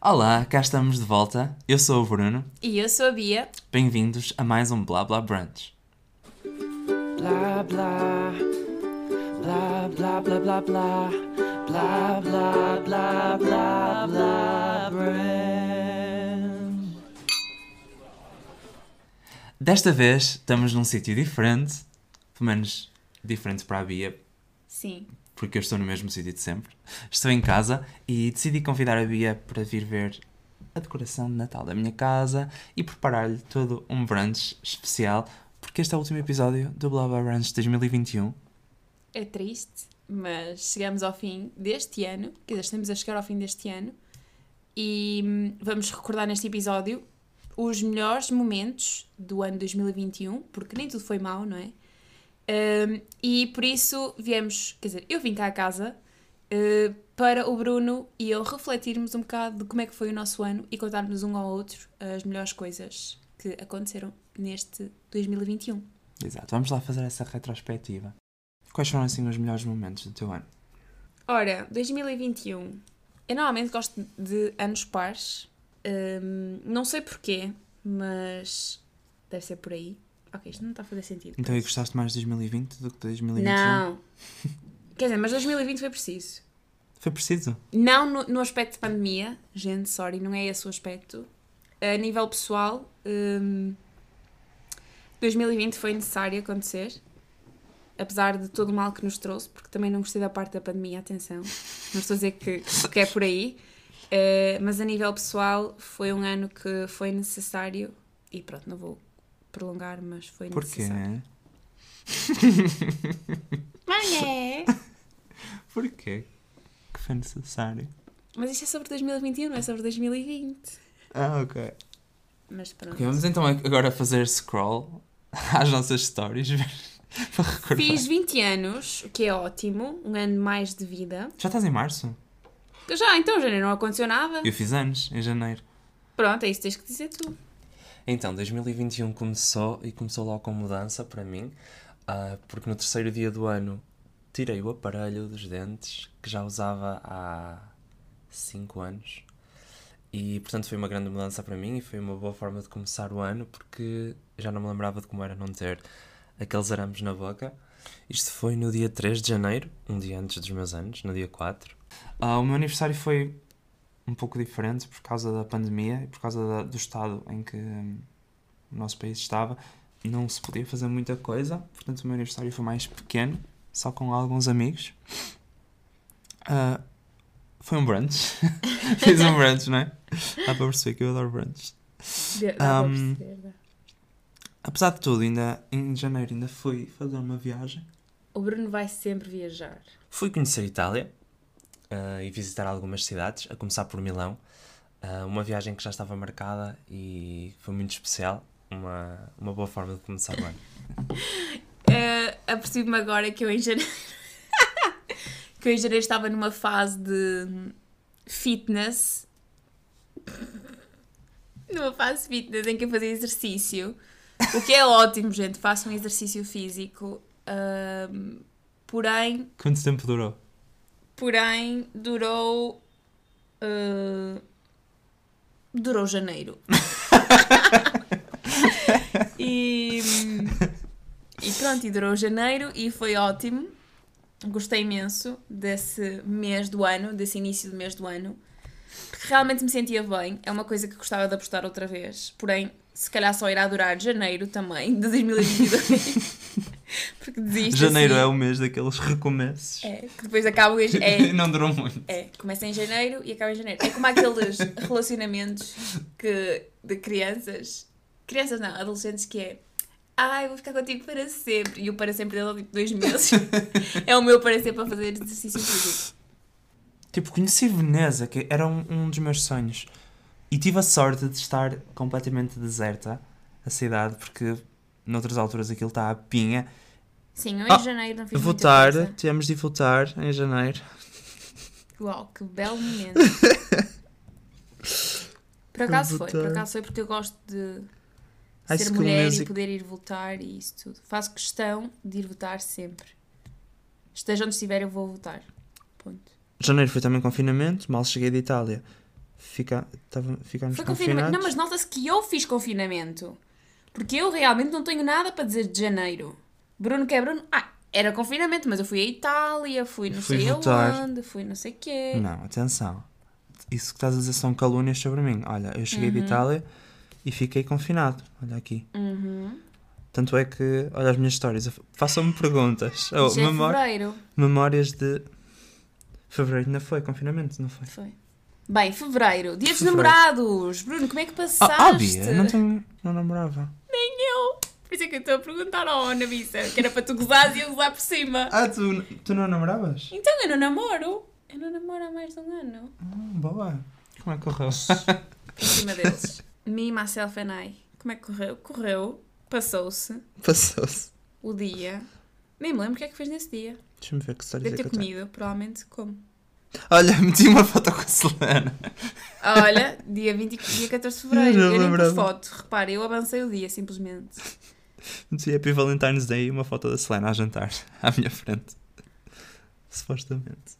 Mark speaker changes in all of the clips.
Speaker 1: Olá, cá estamos de volta. Eu sou o Bruno.
Speaker 2: E eu sou a Bia.
Speaker 1: Bem-vindos a mais um Blá Blá Brunch.
Speaker 3: Blah blah blah blah blah blah blah blah blah blah blah blah brand.
Speaker 1: Desta vez estamos num sítio diferente, pelo menos diferente para a Bia,
Speaker 2: Sim.
Speaker 1: porque eu estou no mesmo sítio de sempre. Estou em casa e decidi convidar a Bia para vir ver a decoração de Natal da minha casa e preparar-lhe todo um brunch especial, porque este é o último episódio do Blá Blá Brunch 2021.
Speaker 2: É triste, mas chegamos ao fim deste ano, quer dizer, estamos a chegar ao fim deste ano e hum, vamos recordar neste episódio os melhores momentos do ano 2021, porque nem tudo foi mau, não é? Hum, e por isso viemos, quer dizer, eu vim cá a casa eh, para o Bruno e eu refletirmos um bocado de como é que foi o nosso ano e contarmos um ao outro as melhores coisas que aconteceram neste 2021.
Speaker 1: Exato, vamos lá fazer essa retrospectiva. Quais foram assim os melhores momentos do teu ano?
Speaker 2: Ora, 2021. Eu normalmente gosto de anos pares. Hum, não sei porquê, mas deve ser por aí. Ok, isto não está a fazer sentido.
Speaker 1: Então, e gostaste mais de 2020 do que de 2021?
Speaker 2: Não. Quer dizer, mas 2020 foi preciso.
Speaker 1: Foi preciso.
Speaker 2: Não no, no aspecto de pandemia, gente, sorry, não é esse o aspecto. A nível pessoal, hum, 2020 foi necessário acontecer, apesar de todo o mal que nos trouxe, porque também não gostei da parte da pandemia, atenção, não estou a dizer que, que é por aí, eh, mas a nível pessoal foi um ano que foi necessário e pronto, não vou prolongar, mas foi
Speaker 1: Porquê?
Speaker 2: necessário. Mas é!
Speaker 1: Porquê? Que foi necessário.
Speaker 2: Mas isto é sobre 2021, não é sobre 2020.
Speaker 1: Ah, ok.
Speaker 2: Mas pronto.
Speaker 1: Ok, vamos então agora fazer scroll às nossas stories ver- para recordar.
Speaker 2: Fiz 20 anos, o que é ótimo, um ano mais de vida.
Speaker 1: Já estás em março?
Speaker 2: Que Já, então, janeiro não aconteceu nada.
Speaker 1: Eu fiz anos, em janeiro.
Speaker 2: Pronto, é isso que tens que dizer tu.
Speaker 1: Então, 2021 começou e começou logo com mudança para mim, ah, porque no terceiro dia do ano tirei o aparelho dos dentes que já usava há 5 anos. E portanto foi uma grande mudança para mim e foi uma boa forma de começar o ano porque já não me lembrava de como era não ter aqueles arames na boca. Isto foi no dia 3 de janeiro, um dia antes dos meus anos, no dia 4. Ah, o meu aniversário foi um pouco diferente por causa da pandemia e por causa da- do estado em que hum, o nosso país estava. Não se podia fazer muita coisa, portanto o meu aniversário foi mais pequeno, só com alguns amigos. Ah, foi um brunch. Fiz um brunch, não é? Dá para perceber que eu adoro brunch.
Speaker 2: Dá
Speaker 1: Um,
Speaker 2: para perceber, dá.
Speaker 1: Apesar de tudo, ainda em janeiro ainda fui fazer uma viagem.
Speaker 2: O Bruno vai sempre viajar.
Speaker 4: Fui conhecer a Itália ah, e visitar algumas cidades, a começar por Milão. Ah, uma viagem que já estava marcada e foi muito especial. Uma, uma boa forma de começar o ano.
Speaker 2: Eh, Apercebi-me agora que eu em janeiro. que eu em janeiro estava numa fase de fitness. Numa fase fitness em que eu fazia exercício. O que é ótimo, gente. Façam exercício físico. Ahm, porém,
Speaker 1: Quanto tempo durou?
Speaker 2: Porém, durou. eh, durou janeiro. e, e pronto, e durou janeiro e foi ótimo. Gostei imenso desse mês do ano, desse início do mês do ano, porque realmente me sentia bem. É uma coisa que gostava de apostar outra vez, porém, se calhar só irá durar janeiro também, de 2022. porque desisto.
Speaker 1: janeiro é
Speaker 2: assim.
Speaker 1: o mês daqueles recomeços.
Speaker 2: É, que depois acaba o. É,
Speaker 1: Não durou muito.
Speaker 2: é, começa em janeiro e acaba em janeiro. É como aqueles relacionamentos que, de crianças. Crianças não, adolescentes que é. Ai, vou ficar contigo para sempre. E o para sempre dele é tipo dois meses. é o meu para sempre para fazer exercício físico.
Speaker 1: Tipo, conheci Veneza, que era um, um dos meus sonhos. E tive a sorte de estar completamente deserta a cidade, porque noutras alturas aquilo está a pinha.
Speaker 2: Sim, eu em
Speaker 1: Ah,
Speaker 2: janeiro não fiz
Speaker 1: Votar,
Speaker 2: muita coisa.
Speaker 1: temos de votar em janeiro.
Speaker 2: Uau, que belo momento. Por acaso foi, por
Speaker 1: votar.
Speaker 2: acaso foi porque eu gosto de
Speaker 1: High
Speaker 2: ser
Speaker 1: School
Speaker 2: mulher e tipo-
Speaker 1: Music.
Speaker 2: poder ir votar e isso tudo. Faço questão de ir votar sempre. Esteja onde estiver, eu vou votar. Ponto.
Speaker 1: Janeiro foi também confinamento, mal cheguei de Itália.
Speaker 4: fica, tava, ficámos
Speaker 2: Foi
Speaker 4: confinados.
Speaker 2: confinamento. Não, mas nota-se que eu fiz confinamento. Porque eu realmente não tenho nada para dizer de janeiro. Bruno que é Bruno. Ah, era confinamento, mas eu fui à Itália, fui não
Speaker 4: Fui
Speaker 2: sei
Speaker 4: votar.
Speaker 2: aonde, fui não sei quê.
Speaker 4: Não, atenção. Isso que estás a dizer são calúnias sobre mim. Olha, eu cheguei
Speaker 2: Uhum.
Speaker 4: de Itália e fiquei confinado. Olha aqui.
Speaker 2: Uhum.
Speaker 4: Tanto é que, olha as minhas histórias, eu- façam-me perguntas. Oh,
Speaker 2: Já é
Speaker 4: memó-
Speaker 2: fevereiro.
Speaker 4: memórias de. Fevereiro ainda foi, confinamento, não foi?
Speaker 2: Foi. Bem, fevereiro. Dia dos
Speaker 4: Fevereiro.
Speaker 2: namorados. Bruno, como é que passaste?
Speaker 4: Ah, ah, Bia, não, tenho, não namorava.
Speaker 2: Nem eu. Por isso é que eu estou a perguntar ao Ana Bissa, que era para tu gozares e eu gozar por cima.
Speaker 4: Ah, tu, tu não namoravas?
Speaker 2: Então eu não namoro. Eu não namoro há mais de um ano.
Speaker 4: Hum, boa. Como é que correu?
Speaker 2: Em cima deles. Me, myself and I. Como é que correu? Correu. Passou-se
Speaker 4: Passou-se.
Speaker 2: o dia. Nem me lembro o que é que fez nesse dia.
Speaker 4: Deixa-me ver que histórias
Speaker 2: Deve
Speaker 4: é que
Speaker 2: ter
Speaker 4: eu tenho.
Speaker 2: comido, provavelmente como.
Speaker 4: Olha, meti uma foto com a Selena.
Speaker 2: Olha, dia, 20, e- dia 14 de fevereiro.
Speaker 4: Eu não
Speaker 2: Eu, nem pus
Speaker 4: lembrava.
Speaker 2: foto. Repara, eu avancei o dia, simplesmente.
Speaker 4: Meti Happy Valentine's Day e uma foto da Selena a jantar à minha frente. Supostamente.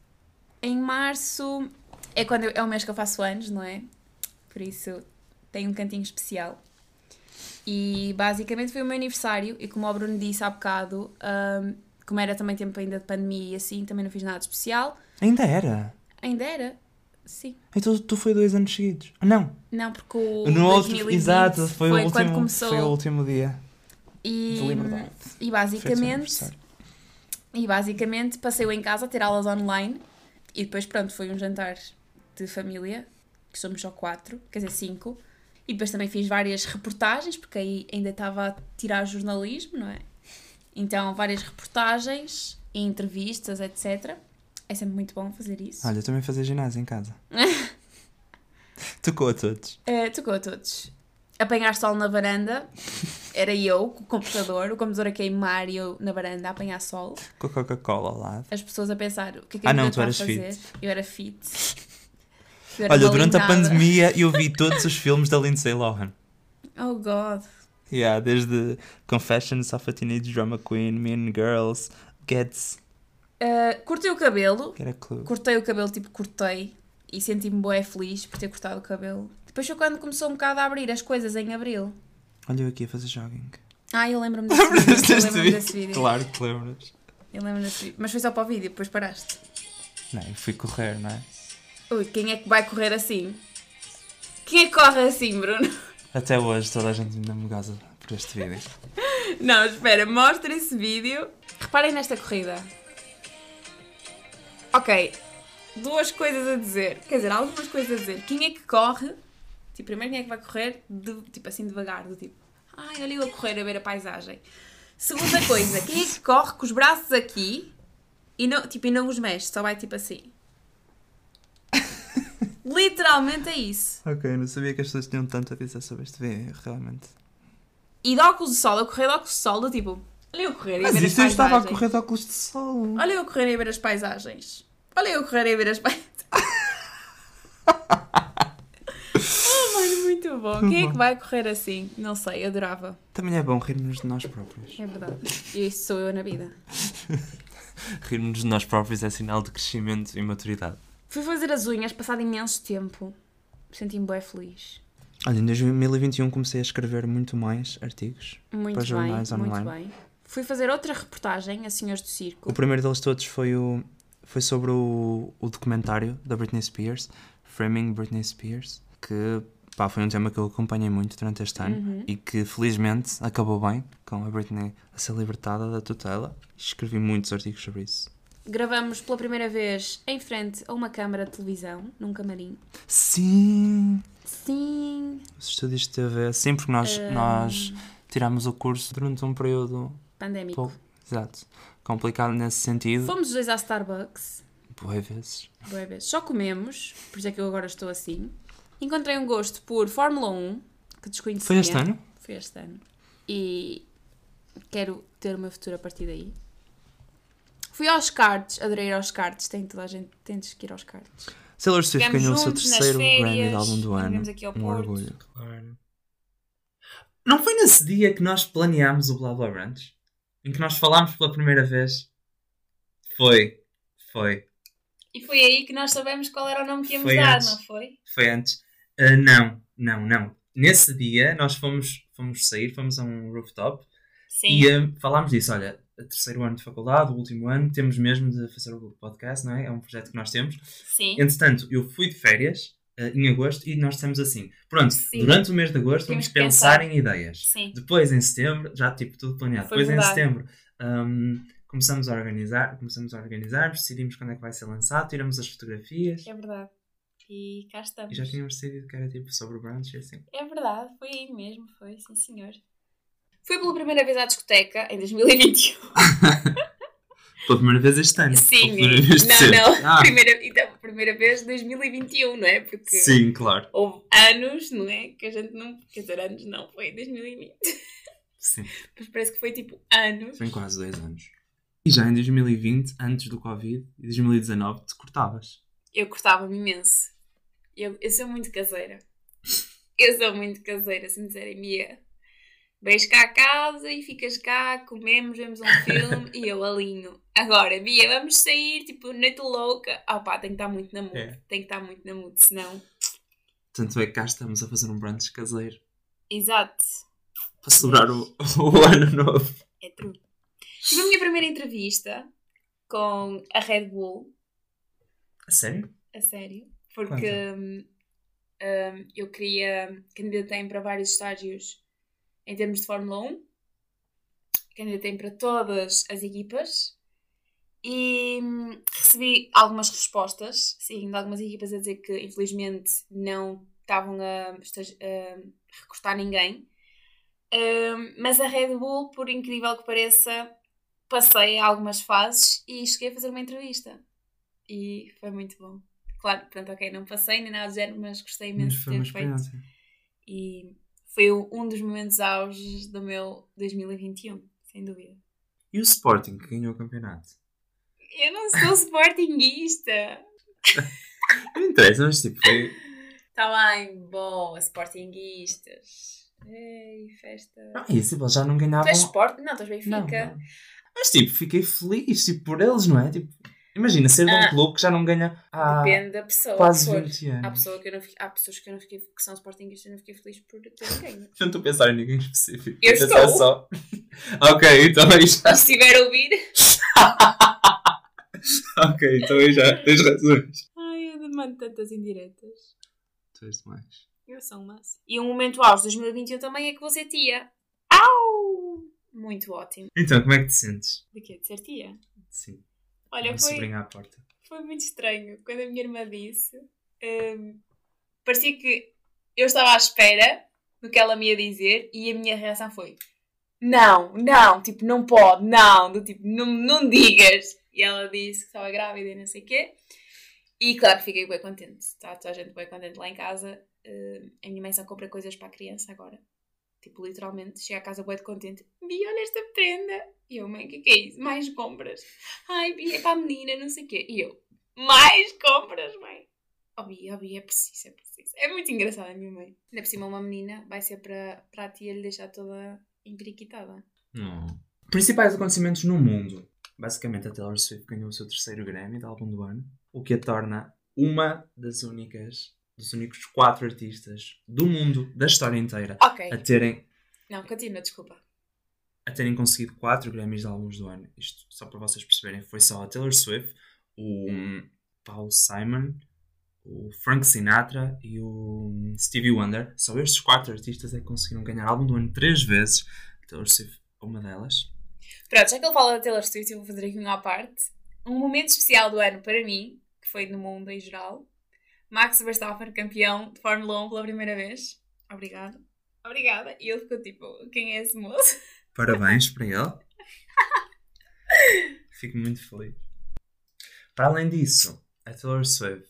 Speaker 2: Em março é quando eu- é o mês que eu faço anos, não é? Por isso tem um cantinho especial. E basicamente foi o meu aniversário e como o Bruno disse há bocado, hum, como era também tempo ainda de pandemia e assim, também não fiz nada de especial.
Speaker 4: Ainda era?
Speaker 2: Ainda era, sim.
Speaker 4: Então tu foi dois anos seguidos. Ah, Não.
Speaker 2: Não, porque o
Speaker 4: no outro,
Speaker 2: 2020
Speaker 4: exato, foi, o último,
Speaker 2: quando começou.
Speaker 4: Foi o último dia de
Speaker 2: e,
Speaker 4: liberdade.
Speaker 2: e
Speaker 4: Foi o seu
Speaker 2: basicamente
Speaker 4: aniversário.
Speaker 2: E basicamente passei-o em casa a ter aulas online e depois, pronto, foi um jantar de família, que somos só quatro, quer dizer, cinco. E depois também fiz várias reportagens, porque aí ainda estava a tirar jornalismo, não é? Então, várias reportagens, e entrevistas, etc. É sempre muito bom fazer isso.
Speaker 4: Olha, eu também fazia ginásio em casa. Tocou a todos.
Speaker 2: Eh, tocou a todos. Apanhar sol na varanda, era eu com o computador, o computador a queimar e eu na varanda a apanhar sol.
Speaker 4: Com a Coca-Cola ao lado.
Speaker 2: as pessoas a pensar o que é que
Speaker 4: Ah,
Speaker 2: a
Speaker 4: não,
Speaker 2: não,
Speaker 4: tu
Speaker 2: está a
Speaker 4: eras
Speaker 2: fazer. Eu era fit. Eu era
Speaker 4: Olha, durante a
Speaker 2: malindrada.
Speaker 4: pandemia eu vi todos os filmes da Lindsay Lohan.
Speaker 2: Oh God.
Speaker 4: Yeah, desde Confessions of a Teenage Drama Queen, Mean Girls, Gets,
Speaker 2: Uh, cortei o cabelo.
Speaker 4: que era clue.
Speaker 2: Cortei o cabelo, tipo, cortei. E senti-me bué feliz por ter cortado o cabelo. Depois foi quando começou um bocado a abrir as coisas em Abril.
Speaker 4: Olha eu aqui a fazer jogging.
Speaker 2: Ah, eu lembro-me desse vídeo. Eu lembro-me desse vídeo.
Speaker 4: Claro que te lembras.
Speaker 2: Eu lembro-me desse vídeo. Mas foi só para o vídeo, depois paraste.
Speaker 4: Não, eu fui correr, não é?
Speaker 2: Ui, quem é que vai correr assim? Quem é que corre assim, Bruno?
Speaker 4: Até hoje toda a gente ainda me goza por este vídeo.
Speaker 2: Não, espera, mostra esse vídeo. Reparem nesta corrida. Ok, duas coisas a dizer. Quer dizer, algumas coisas a dizer. Quem é que corre? Tipo, primeiro, quem é que vai correr? de- tipo assim, devagar, do tipo. Ai, olha eu a correr a ver a paisagem. Segunda coisa, quem é que corre com os braços aqui e não, tipo, e não os mexe? Só vai tipo assim. Literalmente é isso.
Speaker 4: Ok, eu não sabia que as pessoas tinham tanto a dizer sobre este vídeo, realmente.
Speaker 2: E de óculos de sol, eu corri de óculos de sol, do tipo, olha eu correr e a
Speaker 4: Mas
Speaker 2: ver as
Speaker 4: isto eu
Speaker 2: paisagens.
Speaker 4: estava a correr de óculos de sol.
Speaker 2: Olha eu correr e ver as paisagens. Olha eu correr e ver as paisagens. oh, mano, muito bom. Quem é que vai correr assim? Não sei, adorava.
Speaker 4: Também é bom rirmos de nós próprios.
Speaker 2: É verdade. E isso sou eu na vida.
Speaker 4: Rirmos de nós próprios é sinal de crescimento e maturidade.
Speaker 2: Fui fazer as unhas, passado imenso tempo. Senti-me bem feliz.
Speaker 4: Olha, em 2021 comecei a escrever muito mais artigos.
Speaker 2: Muito
Speaker 4: Para
Speaker 2: bem,
Speaker 4: jornais
Speaker 2: muito
Speaker 4: online.
Speaker 2: bem. Fui fazer outra reportagem a Senhores do
Speaker 4: O
Speaker 2: Circo.
Speaker 4: primeiro deles todos foi, o, foi sobre o, o documentário da Britney Spears, Framing Britney Spears, que pá, foi um tema que eu acompanhei muito durante este ano e que felizmente acabou bem, com a Britney a ser libertada da tutela. Escrevi muitos artigos sobre isso.
Speaker 2: Gravamos pela primeira vez em frente a uma câmara de televisão, num camarim.
Speaker 4: Sim!
Speaker 2: Sim,
Speaker 4: Os estúdios de TV, sim, porque nós, nós tirámos o curso durante um período
Speaker 2: pandémico.
Speaker 4: pouco. Exato. Complicado nesse sentido.
Speaker 2: Fomos os dois à Starbucks.
Speaker 4: Boas vezes.
Speaker 2: Bué vezes. Só comemos, por isso é que eu agora estou assim. Encontrei um gosto por Fórmula 1, que desconhecia.
Speaker 4: Foi este ano?
Speaker 2: Foi este ano. E quero ter o meu futuro a partir daí. Fui aos cards, adorei ir aos cards, tem toda a gente, tens que ir aos cards.
Speaker 4: Taylor Swift
Speaker 2: Estivemos
Speaker 4: ganhou o seu
Speaker 2: juntos nas
Speaker 4: terceiro
Speaker 2: férias,
Speaker 4: Grammy de álbum do ano.
Speaker 2: viemos aqui ao
Speaker 4: um
Speaker 2: Porto.
Speaker 4: orgulho. Claro. Não foi nesse dia que nós planeámos o Blá Blá Brunch? Em que nós falámos pela primeira vez? Foi. Foi.
Speaker 2: E foi aí que nós soubemos qual era o nome que íamos
Speaker 4: Foi
Speaker 2: dar,
Speaker 4: antes.
Speaker 2: não foi?
Speaker 4: Foi antes. Ah, não, não, não. Nesse dia nós fomos, fomos sair, fomos a um rooftop
Speaker 2: Sim.
Speaker 4: e ah, falámos disso. Olha, terceiro ano de faculdade, o último ano, temos mesmo de fazer o podcast, não é? É um projeto que nós temos.
Speaker 2: Sim.
Speaker 4: Entretanto, eu fui de férias eh, em agosto e nós dissemos assim: pronto,
Speaker 2: Sim.
Speaker 4: durante o mês de agosto
Speaker 2: Temos
Speaker 4: vamos
Speaker 2: que
Speaker 4: pensar,
Speaker 2: pensar.
Speaker 4: em ideias.
Speaker 2: Sim.
Speaker 4: Depois, em setembro, já tipo tudo planeado.
Speaker 2: Foi
Speaker 4: Depois, em
Speaker 2: mudar.
Speaker 4: setembro, hum, começamos a organizar, começamos a organizar, decidimos quando é que vai ser lançado, tiramos as fotografias
Speaker 2: É verdade. E cá estamos.
Speaker 4: e já tínhamos decidido que era tipo sobre o brunch e assim.
Speaker 2: É verdade, foi aí mesmo, foi, sim senhor. Fui pela primeira vez à discoteca em 2021.
Speaker 4: Pela primeira vez este Ah. ano.
Speaker 2: Sim, não, não. Primeira, então, primeira vez 2021, não é? Porque
Speaker 4: Sim, claro.
Speaker 2: houve anos, não é? Que a gente não. Quer dizer, anos não, foi em 2020.
Speaker 4: Sim.
Speaker 2: Mas parece que foi tipo anos.
Speaker 4: Foi quase dois anos. E já em 2020, antes do Covid, e 2019, te cortavas.
Speaker 2: Eu cortava-me imenso. Eu, eu sou muito caseira. Eu sou muito caseira, se me disserem, Mia, vens cá a casa e ficas cá, comemos, vemos um filme e eu alinho. Agora, Mia, vamos sair, tipo, noite louca. Ah pá, tem que estar muito na mood.
Speaker 4: É.
Speaker 2: Tem que estar muito na mood, senão...
Speaker 4: Tanto é que cá estamos a fazer um brunch caseiro.
Speaker 2: Exato.
Speaker 4: para celebrar o, o ano novo.
Speaker 2: É true. Tive a minha primeira entrevista com a Red Bull.
Speaker 4: A sério?
Speaker 2: A sério? Porque hum, hum, eu queria. Candidatei para vários estágios em termos de Fórmula 1. Candidatei para todas as equipas. E hum, recebi algumas respostas, sim, de algumas equipas a dizer que infelizmente não estavam a, estagi- a recrutar ninguém. Hum, mas a Red Bull, por incrível que pareça, passei algumas fases e cheguei a fazer uma entrevista. E foi muito bom. Claro, pronto, ok, não passei nem nada do género, mas gostei imenso de ter feito. E foi o- um dos momentos auges do meu 2021, sem dúvida.
Speaker 4: E o Sporting que ganhou o campeonato?
Speaker 2: Eu não sou sportinguista!
Speaker 4: Não interessa, mas tipo, foi.
Speaker 2: Tá bem, boa, sportinguistas. Ei, festa.
Speaker 4: Não, é isso, tipo, eles já não
Speaker 2: tu és
Speaker 4: ganhavam.
Speaker 2: sport? Não, tu és
Speaker 4: Não,
Speaker 2: Benfica.
Speaker 4: não. Mas tipo, fiquei feliz tipo, por eles, não é? Tipo, imagina ser de um
Speaker 2: Ah.
Speaker 4: clube que já não ganha há
Speaker 2: Depende da pessoa.
Speaker 4: quase
Speaker 2: que for. Ah.
Speaker 4: 20
Speaker 2: Há,
Speaker 4: anos.
Speaker 2: pessoa que eu não fi- há pessoas que eu não fiquei, que são sportinguistas, eu não fiquei feliz por ter ganho.
Speaker 4: Eu não estou a pensar em ninguém específico.
Speaker 2: Eu
Speaker 4: estou a pensar
Speaker 2: estou.
Speaker 4: só. ok, então aí já.
Speaker 2: Se estiver a ouvir.
Speaker 4: Ok, então aí já. Tens razões.
Speaker 5: Ai, eu demando tantas indiretas.
Speaker 4: Tu és demais.
Speaker 5: Eu sou uma assim.
Speaker 2: E um momento auge de 2021 também é que você tia. Au! Muito ótimo.
Speaker 4: Então, como é que te sentes?
Speaker 5: De quê? De ser tia?
Speaker 4: Sim.
Speaker 2: Olha,
Speaker 4: Uma
Speaker 2: foi,
Speaker 4: sobrinha à porta.
Speaker 2: foi muito estranho quando a minha irmã disse. hum, parecia que eu estava à espera do que ela me ia dizer e a minha reação foi: Não, não, tipo, não pode, não, do tipo, não, não digas. E ela disse que estava grávida e não sei o quê. E claro que fiquei bem contente, está toda a gente bem contente lá em casa. Hum, a minha mãe só compra coisas para a criança agora. Tipo, literalmente, chega a casa bué de contente. Bia, olha esta prenda. E eu, mãe, o que é que é isso? Mais compras. Ai, Bia, é para a menina, não sei o quê. E eu, mais compras, mãe. Oh, Bia, oh, Bia, é preciso, é preciso. É muito engraçada a minha mãe. Ainda por cima, uma menina vai ser para, para a tia lhe deixar toda empiriquitada.
Speaker 4: Principais acontecimentos no mundo. Basicamente, a Taylor Swift ganhou o seu terceiro Grammy de álbum do ano, o que a torna uma das únicas, dos únicos quatro artistas do mundo, da história inteira,
Speaker 2: Ok.
Speaker 4: a terem,
Speaker 2: Não, continua, desculpa.
Speaker 4: a terem conseguido quatro Grammys de álbuns do ano. Isto, só para vocês perceberem, foi só a Taylor Swift, o Paul Simon, o Frank Sinatra e o Stevie Wonder. Só estes quatro artistas é que conseguiram ganhar álbum do ano três vezes. A Taylor Swift é uma delas.
Speaker 2: Pronto, já que ele fala da Taylor Swift, eu vou fazer aqui uma à parte. Um momento especial do ano para mim, que foi no mundo em geral. Max Verstappen, campeão de Fórmula 1 pela primeira vez. Obrigada. Obrigada. E ele ficou tipo, quem é esse moço?
Speaker 4: Parabéns para ele. Fico muito feliz. Para além disso, a Taylor Swift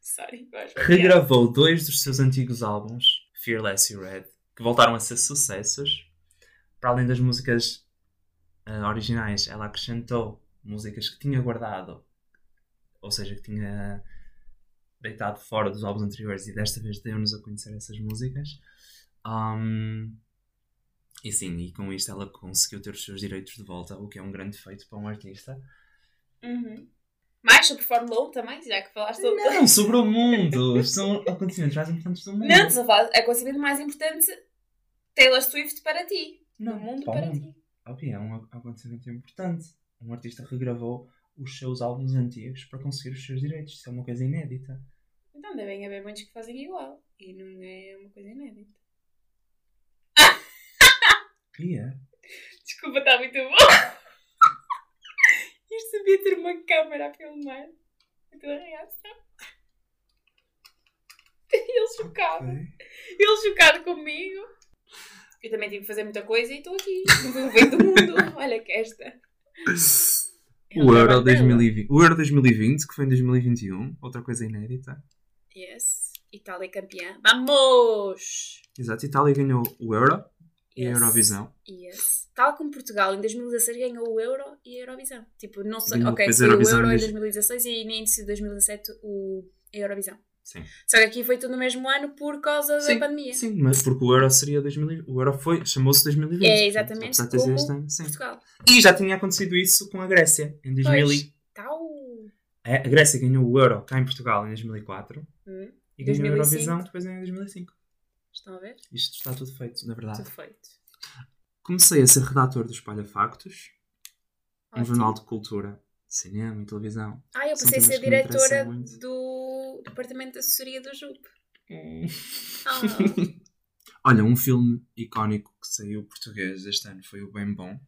Speaker 2: Sorry, gosto.
Speaker 4: regravou dois dos seus antigos álbuns, Fearless e Red, que voltaram a ser sucessos. Para além das músicas ah, originais, ela acrescentou músicas que tinha guardado, ou seja, que tinha deitado fora dos álbuns anteriores e desta vez deu-nos a conhecer essas músicas. Ahm, e sim, e com isto ela conseguiu ter os seus direitos de volta, o que é um grande feito para um artista.
Speaker 2: Uhum. Mais sobre Fórmula 1 também, já que falaste sobre.
Speaker 4: Não, sobre o mundo. São acontecimentos mais importantes do mundo.
Speaker 2: Não, tu só falas. Acontecimento mais importante: Taylor Swift para ti. do mundo
Speaker 4: pá,
Speaker 2: para
Speaker 4: não.
Speaker 2: ti.
Speaker 4: Óbvio, é um ac- acontecimento importante. Um artista regravou os seus álbuns antigos para conseguir os seus direitos. Isso é uma coisa inédita.
Speaker 2: Então devem haver muitos que fazem igual. E não é uma coisa inédita.
Speaker 4: E é.
Speaker 2: Desculpa, está muito bom. Isto sabia ter uma câmera a filmar. A tua reação. Ele chocado.
Speaker 4: Ok.
Speaker 2: Ele chocado comigo. Eu também tive que fazer muita coisa e estou aqui. No meu bem do mundo. Olha que esta. É um
Speaker 4: O Euro, 2020, o Euro 2020, que foi em 2021, outra coisa inédita.
Speaker 2: Yes. Itália é campeã. Vamos!
Speaker 4: Exato, Itália ganhou o Euro e a
Speaker 2: Yes.
Speaker 4: Eurovisão.
Speaker 2: Yes. Tal como Portugal, em 2016 ganhou o Euro e a Eurovisão. Tipo, não sei.
Speaker 4: Ganhou
Speaker 2: Ok,
Speaker 4: depois a
Speaker 2: foi o
Speaker 4: Eurovisão
Speaker 2: Euro em
Speaker 4: mesmo.
Speaker 2: 2016 e no início de 2017 o, a Eurovisão.
Speaker 4: Sim.
Speaker 2: Só que aqui foi tudo no mesmo ano por causa
Speaker 4: Sim,
Speaker 2: da pandemia.
Speaker 4: Sim, mas porque o Euro seria 2000, o Euro foi, chamou-se 2020.
Speaker 2: É, exatamente,
Speaker 4: portanto, apesar de ter sido este
Speaker 2: como
Speaker 4: ano, sim.
Speaker 2: Portugal.
Speaker 4: E já tinha acontecido isso com a Grécia em 2000. e-
Speaker 2: Tal.
Speaker 4: É, A Grécia ganhou o Euro cá em Portugal em 2004
Speaker 2: Hum,
Speaker 4: e ganhou
Speaker 2: 2005.
Speaker 4: a Eurovisão depois em 2005.
Speaker 2: estão a ver?
Speaker 4: Isto está tudo feito, na verdade.
Speaker 2: Tudo feito.
Speaker 4: Comecei a ser redator do Espalha Factos, um
Speaker 2: Ótimo.
Speaker 4: jornal de cultura, cinema e televisão.
Speaker 2: Ah, eu
Speaker 4: São
Speaker 2: passei a ser
Speaker 4: temas que me
Speaker 2: diretora
Speaker 4: interessam muito.
Speaker 2: do Departamento de Assessoria do JUP. Ah,
Speaker 4: Olha, um filme icónico que saiu português este ano foi o Bem Bom,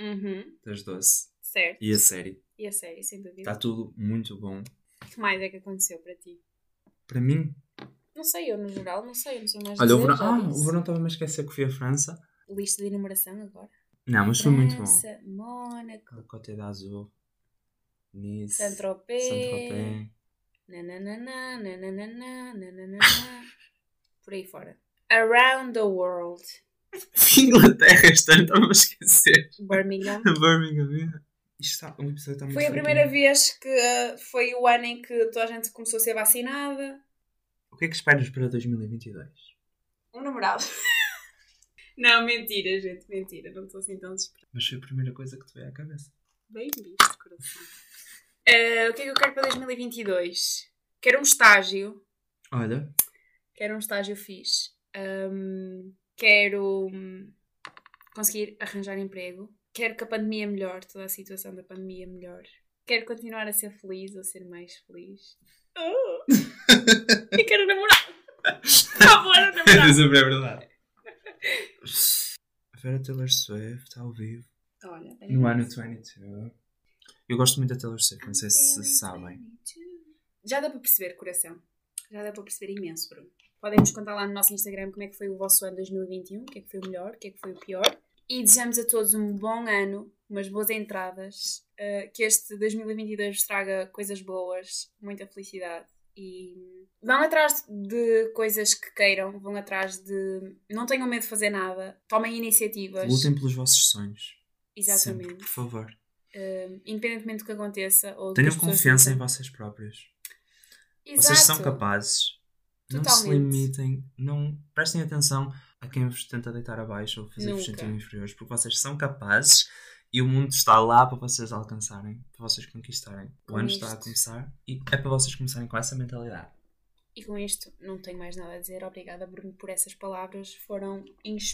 Speaker 2: uhum,
Speaker 4: das Doce,
Speaker 2: certo.
Speaker 4: e a série.
Speaker 2: E a série, sem dúvida.
Speaker 4: Está tudo muito bom.
Speaker 2: O que mais é que aconteceu para ti?
Speaker 4: Para mim,
Speaker 2: Não sei, eu no geral, não sei, eu não sei mais.
Speaker 4: olha,
Speaker 2: dizer,
Speaker 4: o verão,
Speaker 2: já
Speaker 4: ah,
Speaker 2: disse.
Speaker 4: o verão estava-me a esquecer que fui à França.
Speaker 2: Lista de enumeração agora.
Speaker 4: Não, mas é foi muito bom.
Speaker 2: França, Mónaco,
Speaker 4: Côte d'Azur, Nice,
Speaker 2: Saint-Tropez.
Speaker 4: Saint-Tropez.
Speaker 2: nananana, nananana, nananana. Por aí fora. Around the world.
Speaker 4: Inglaterra este ano, estava a esquecer.
Speaker 2: Birmingham.
Speaker 4: Birmingham. Isto está, um episódio está muito
Speaker 2: Foi a
Speaker 4: feito.
Speaker 2: primeira vez que uh, foi o ano em que toda a gente começou a ser vacinada.
Speaker 4: O que é que esperas para 2022?
Speaker 2: Um namorado. não, mentira, gente, mentira. Não estou assim tão desesperada.
Speaker 4: Mas foi a primeira coisa que te veio à cabeça.
Speaker 2: Bem visto, coração. Uh, o que é que eu quero para 2022? Quero um estágio.
Speaker 4: Olha,
Speaker 2: Quero um estágio fixe. Hum, quero hum, conseguir arranjar emprego. Quero que a pandemia melhore, toda a situação da pandemia melhore. Quero continuar a ser feliz ou ser mais feliz. Oh. e quero namorar. Por favor, namorar.
Speaker 4: sempre é verdade. Ver a Taylor Swift ao vivo.
Speaker 2: Olha, tenho
Speaker 4: No
Speaker 2: uma-
Speaker 4: ano 22. Eu gosto muito da Taylor Swift, não sei se sabem.
Speaker 2: Já dá para perceber, coração. Já dá para perceber imenso, Bruno. Podem-nos contar lá no nosso Instagram como é que foi o vosso ano 2021, o que é que foi o melhor, o que é que foi o pior. E desejamos a todos um bom ano, umas boas entradas, eh, que este 2022 vos traga coisas boas, muita felicidade e vão atrás de coisas que queiram, vão atrás de. Não tenham medo de fazer nada, tomem iniciativas.
Speaker 4: Lutem pelos vossos sonhos.
Speaker 2: Exatamente.
Speaker 4: Sempre, por favor.
Speaker 2: Eh, independentemente do que aconteça. Ou do que
Speaker 4: Tenham
Speaker 2: as pessoas
Speaker 4: confiança em
Speaker 2: pensam.
Speaker 4: vocês próprios. Vocês são
Speaker 2: Exato.
Speaker 4: capazes. Não se
Speaker 2: Totalmente.
Speaker 4: limitem, não prestem atenção a quem vos tenta deitar abaixo ou fazer-vos
Speaker 2: Nunca.
Speaker 4: sentir inferiores, porque vocês são capazes e o mundo está lá para vocês alcançarem, para vocês conquistarem.
Speaker 2: Com
Speaker 4: o ano
Speaker 2: isto.
Speaker 4: está a começar e é para vocês começarem com essa mentalidade.
Speaker 2: E com isto, não tenho mais nada a dizer. Obrigada, Bruno, por essas palavras. Foram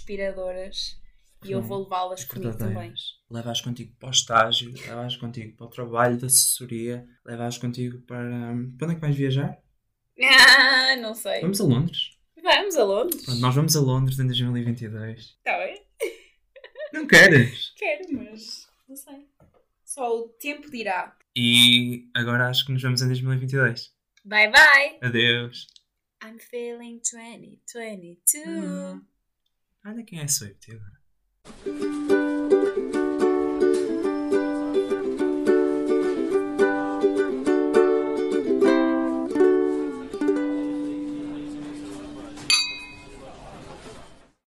Speaker 2: inspiradoras e eu
Speaker 4: Foram
Speaker 2: vou levá-las comigo também.
Speaker 4: verdadeiras. Leva-as contigo para o estágio, leva-as contigo para o trabalho de assessoria, leva-as contigo para. Para onde é que vais viajar?
Speaker 2: Ah, não sei. Vamos, Ah,
Speaker 4: Vamos a Londres.
Speaker 2: a Londres.
Speaker 4: Pronto, nós vamos a Londres em 2022.
Speaker 2: Tá bem?
Speaker 4: Não queres?
Speaker 2: Quero, mas não sei. Só o tempo dirá.
Speaker 4: E agora acho que nos vemos em 2022.
Speaker 2: Bye bye!
Speaker 4: Adeus.
Speaker 2: I'm feeling 2022.
Speaker 4: Olha quem é Swift agora.